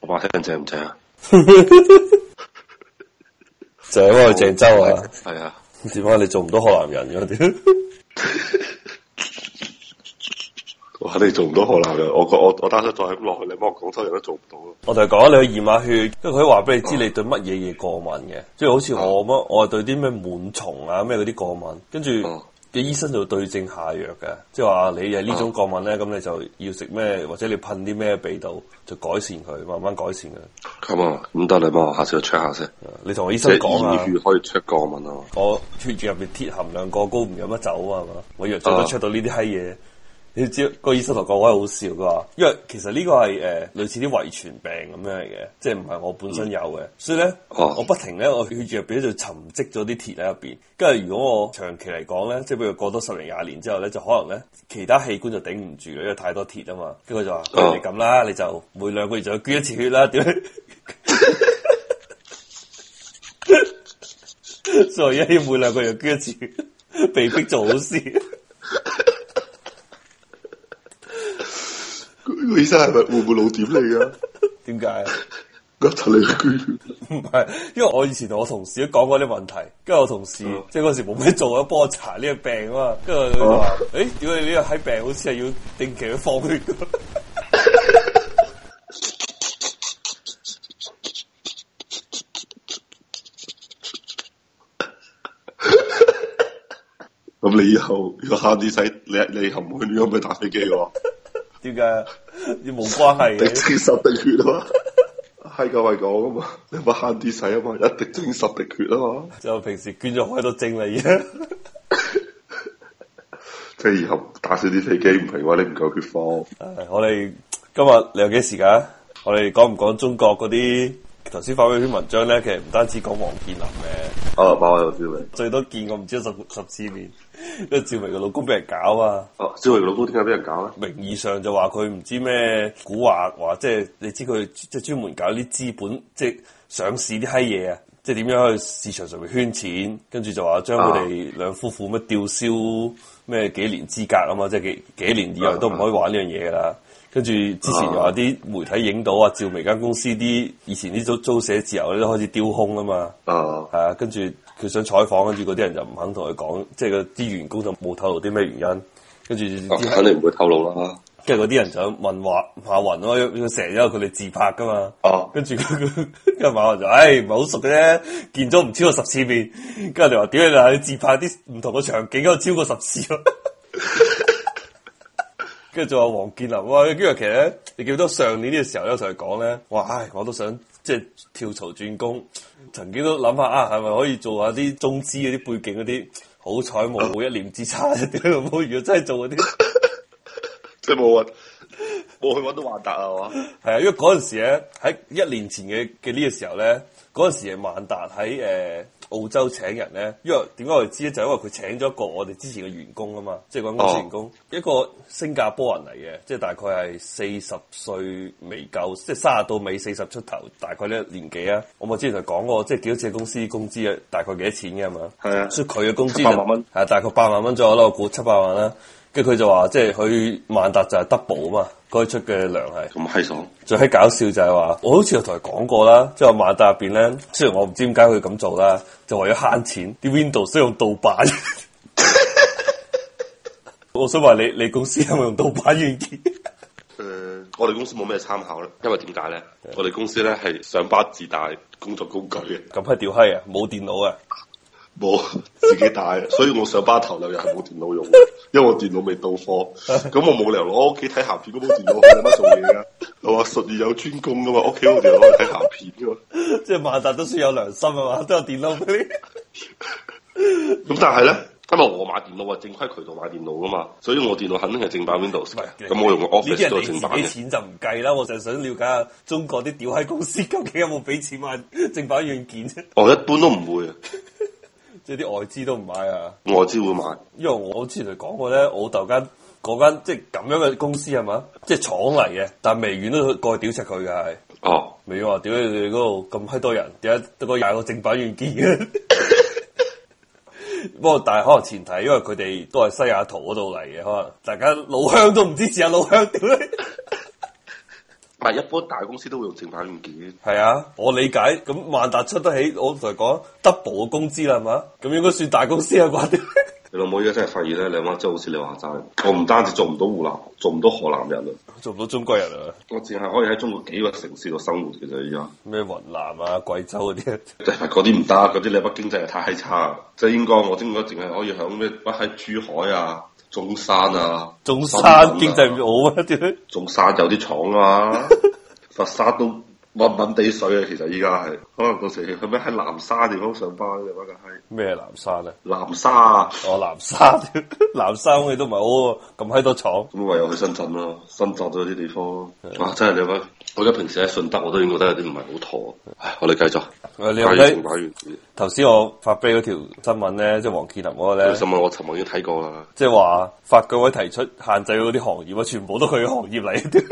話聽正唔正啊？就係因為鄭州啊， 係啊，點解你做唔到河南人嘅？屌我肯定做唔到河南人，我覺我我擔心再咁落去，你幫我廣州人都做唔到咯。 我同佢講你去驗下血，因為佢話俾你知你對乜嘢嘢過敏嘅，即係好似我乜，我係對啲咩螨蟲啊咩嗰啲過敏，跟住哦嘅醫生就會對症下藥嘅，即係話你係呢種過敏咧，咁你就要食咩或者你噴啲咩鼻度就改善佢，慢慢改善佢。啊咁啊，咁得你幫我下次去 check 下先，你同我醫即生係講啊驗。血可以 check 過敏啊嘛。我血液入面鐵含量過高，唔飲得酒啊係嘛，我以為最多啊 check 到呢啲閪嘢。你知個醫生同我講好好笑嘅話，因為其實呢個係誒、呃、類似啲遺傳病咁樣嚟嘅，即係唔係我本身有嘅，所以咧、哦我不停咧我血液入邊就沉積咗啲鐵喺入邊，跟住如果我長期嚟講咧，即係譬如過多十零廿年之後咧，就可能咧其他器官就頂唔住啦，因為太多鐵啊嘛，跟住佢就話不如你咁啦，你就每兩個月就捐一次血啦，點？ 所以一每兩個月捐一次血，被逼做好事。個醫生係咪會唔會老點你 噶？點解？呃柒你捐血，唔係，因為我以前同我同事都講過啲問題，跟住我同事、即係嗰時冇咩做啊，幫我查呢個病啊嘛，跟住佢就話：，誒、點解你呢個喺病好似係要定期去放血㗎？咁你以後要慳啲使，你你以後唔去亂咁去打飛機喎，點解？要冇關係滴 嘅，精十滴血啊嘛，係咁係講啊噶嘛，你咪慳啲使啊嘛，一滴精十滴血啊嘛，就平時捐咗開多精啦已經。即係以後打少啲飛機唔係嘅話，你唔夠血放。唉我哋今日你有幾時間啊？我哋講唔講中國嗰啲頭先發表篇文章咧？其實唔單止講王健林嘅，啊，把我有招你。最多見過唔知十十次面， 因為趙薇個老公俾人搞啊。啊，招榮老公點解俾人搞咧？名義上就話佢唔知咩古惑，話即係你知佢即係專門搞啲資本，即係上市啲閪嘢啊！即係點樣去市場上面圈錢，跟住就話將佢哋兩夫婦咩吊銷咩幾年資格啊嘛，即係幾幾年以內都唔可以玩呢樣嘢噶啦。跟住之前又話啲媒體影到啊，趙薇間公司啲以前啲租租寫字樓咧都開始丟空啊嘛。啊，係啊，跟住佢想採訪，跟住嗰啲人就唔肯同佢講，即係嗰啲員工就冇透露啲咩原因，跟住啊啲肯定唔會透露啦。跟住嗰啲人就問話馬雲咯，因為成日因為佢哋自拍噶嘛，哦跟住佢 佢跟住馬雲就，唉唔係好熟嘅啫，見咗唔超過十次面，跟住就話屌你啦，你自拍啲唔同嘅場景都超過十次咯。跟住就話王健林，哇！跟住其實咧，你記唔記得上年呢個時候咧，我同佢講咧，哇！唉，我都想即係跳槽轉工，曾經都諗下啊，係咪可以做下啲中資嗰啲背景嗰啲？好彩冇一念之差，屌老母！如果真係做嗰啲。即係冇揾，冇去揾到萬達啊嘛。係啊，因為嗰陣時咧喺一年前嘅嘅呢個時候咧，嗰陣時係萬達喺誒澳洲請人咧，因為點解我哋知咧？就因為佢請咗一個我哋之前嘅員工啊嘛，即係嗰間公司員哦工，一個新加坡人嚟嘅，即係大概係四十歲未夠，即係卅到尾四十出頭，大概呢年紀啊。我咪之前就講過，即係幾多次公司工資啊，大概幾多錢嘅係嘛？係啊所以佢嘅工資就700萬蚊係啊大概八萬蚊左右啦，我估七百萬啦。跟住佢就話，即係佢萬達就係 double 啊嘛，該出嘅糧係。咁閪爽，最閪搞笑就係話，我好似有同佢講過啦，即係話萬達入邊咧，雖然我唔知點解佢咁做啦，就為咗慳錢，啲 Windows 都用盜版。 我想話你，你公司有冇用盜版軟件？誒、我哋公司冇咩參考咧，因為點解咧？我哋公司咧係上班自帶工作工具嘅，咁係屌閪啊！冇電腦啊！冇自己帶 嘅，所以我上班頭兩日係冇電腦用，因為我電腦未到貨，咁我冇理由攞我屋企睇鹹片嗰部電腦去乜做嘢啊？係嘛，術業有專攻噶嘛，屋企我哋攞嚟睇鹹片噶嘛。即係萬達都算有良心啊嘛，都有電腦俾你。咁但係咧，因為我買電腦係啊正規渠道買電腦噶嘛，所以我電腦肯定係正版 Windows 嘅。咁我用個呢啲 Office 係都係正版你自嘅。己錢就唔計啦，我就係想了解下中國啲屌閪公司究竟有冇俾錢買正版軟件啫，我一般都唔會啊，即係啲外資都唔買啊。我知會買。因為我之前嚟講過咧，我老豆間嗰間即係咁樣嘅公司係嘛，即係廠嚟嘅，但係微軟都過去屌柒佢嘅係，哦，微軟話屌你哋嗰度咁閪多人，點解得個廿個正版軟件嘅？ 不過但係可能前提，因為佢哋都係西雅圖嗰度嚟嘅，可能大家老鄉都唔支持啊老鄉屌你！唔係一般大公司都會用正版軟件。係啊，我理解。咁萬達出得起，我同你講 double 嘅工資啦，係嘛？咁應該算大公司啊啩？你老母而家真係發現咧，你媽真係好似你話齋，我唔單止做唔到湖南，做唔到河南人啊，做唔到中國人啊？我淨係可以喺中國幾個城市度生活嘅啫，而家。咩雲南啊、貴州嗰啲啊？但係嗰啲唔得，嗰啲你北京真係太差啦，即係應該我應該淨係可以響咩北喺珠海啊、中山啊、中深圳山啊經濟唔好啊？屌！中山有啲廠 啊，佛山都揾揾地水啊，其實依家係可能到時去咩喺南沙地方上班嘅乜嘅係咩南山啊？南沙啊，哦，南山，屌南山空氣都唔係好啊，咁閪多廠。咁唯有去深圳啦，深圳都有啲地方咯。哇！真係你乜？我而家平時喺順德我都已經覺得有啲唔係好妥。唉，我哋繼續。喂你有關於睇正版原子，頭先我發俾嗰條新聞咧，即係黃建林嗰個呢咧個，新聞啊我尋日已經睇過啦。即係話發改委提出限制嗰啲行業啊，全部都佢嘅行業嚟。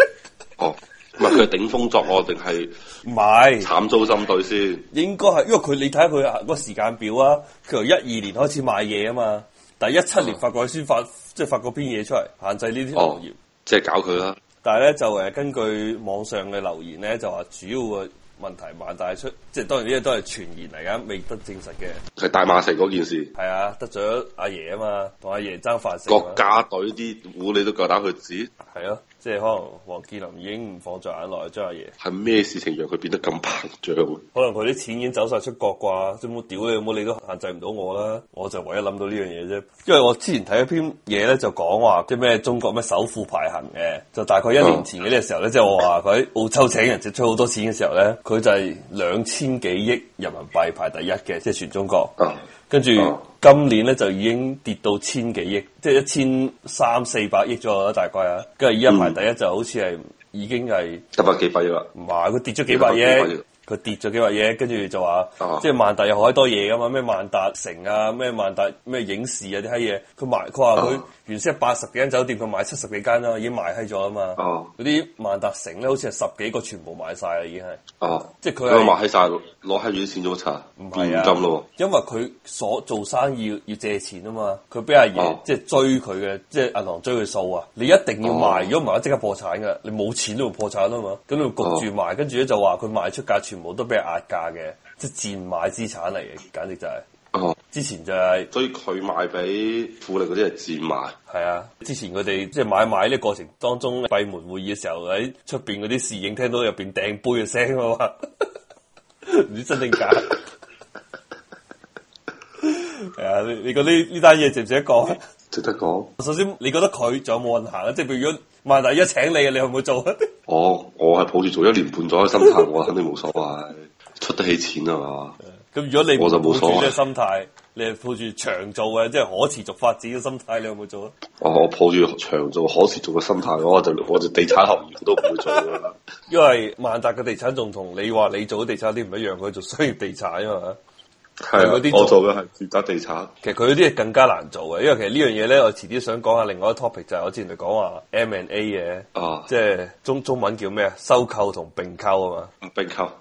哦，唔係佢係頂風作案定係唔係，慘遭針對先？應該係因為佢你睇下佢嗰個時間表啊，佢由一二年開始賣嘢啊嘛，但係一七年發改委先發即係發嗰篇嘢出嚟限制呢啲哦行業。即係搞佢啦。但係咧就誒根據網上嘅留言咧，就話主要嘅問題萬大出，即係當然呢啲都係傳言嚟㗎，未得證實嘅。係大馬城嗰件事，係啊，得咗阿爺啊嘛，同阿爺爭飯食啊國嘛。家隊啲股你都夠膽去指，係咯、即係可能黃建林已經唔放在眼內，將阿爺係咩事情讓佢變得咁膨脹？可能佢啲錢已經走晒出國啩，即係冇屌你，冇你都限制唔到我啦。我就唯一諗到呢樣嘢啫，因為我之前睇一篇嘢咧，就講話啲咩中國咩首富排行嘅，就大概一年前嘅呢個時候咧，即係我話佢喺澳洲請人借出好多錢嘅時候咧，佢就係兩千幾億人民幣排第一嘅，即係全中國。啊，跟住哦今年咧就已經跌到千幾億，即係一千三四百億左右啦，大概啊。跟住依家排第一就好似係已經係。得百幾幣啦，唔係，佢跌咗幾百億，佢跌咗幾百億，跟住就話，啊即係萬達有好多嘢噶嘛，咩萬達城啊，咩萬達咩影視啊啲閪嘢，佢賣，佢話佢啊原先係八十幾間酒店，佢賣七十幾間啦，已經賣閪咗啊嘛。哦嗰啲萬達城咧，好似係十幾個全部賣晒啦，已經係，哦，即係佢咁啊係賣起晒，攞閪咗啲錢咗查，唔變係啊現金咯因為佢所做生意要要借錢啊嘛，佢俾阿哦爺即係追佢嘅，即係銀行追佢數啊！你一定要賣哦，如果唔係即刻破產噶，你冇錢都會破產啊嘛，咁你會焗住賣，跟住咧就話佢賣出價全部都俾人壓價嘅，即係賤賣資產嚟嘅，簡直就係、喎。哦，之前就係、所以佢賣俾富力嗰啲係賤賣，係啊，之前佢哋即係買賣呢過程當中閉門會議嘅時候，喺出邊嗰啲侍應聽到入邊掟杯嘅聲啊嘛， 唔知真定假。係啊，你你覺得呢呢單嘢值唔值得講？值得講。首先，你覺得佢仲有冇運行啊？即係譬如如果萬達一請你，你會唔會做啊？ 我哦我係抱住做一年半左右嘅心態，我肯定冇所 謂，出得起錢啊嘛。咁如果你我就冇抱所謂住呢個心態，你係抱住長做嘅，即係可持續發展嘅心態，你有冇做啊？我哦我抱住長做可持續嘅心態，我就我就地產行業都唔會做㗎啦。因為萬達嘅地產仲同你話你做嘅地產有啲唔一樣，佢做商業地產啊嘛。係嗰啲啊，我做嘅係住宅地產。其實佢嗰啲係更加難做嘅，因為其實呢樣嘢咧，我遲啲想講下另外一個 topic 就係我之前就講話 M and A 嘅，啊即係中中文叫咩啊？收購同並購啊嘛。並購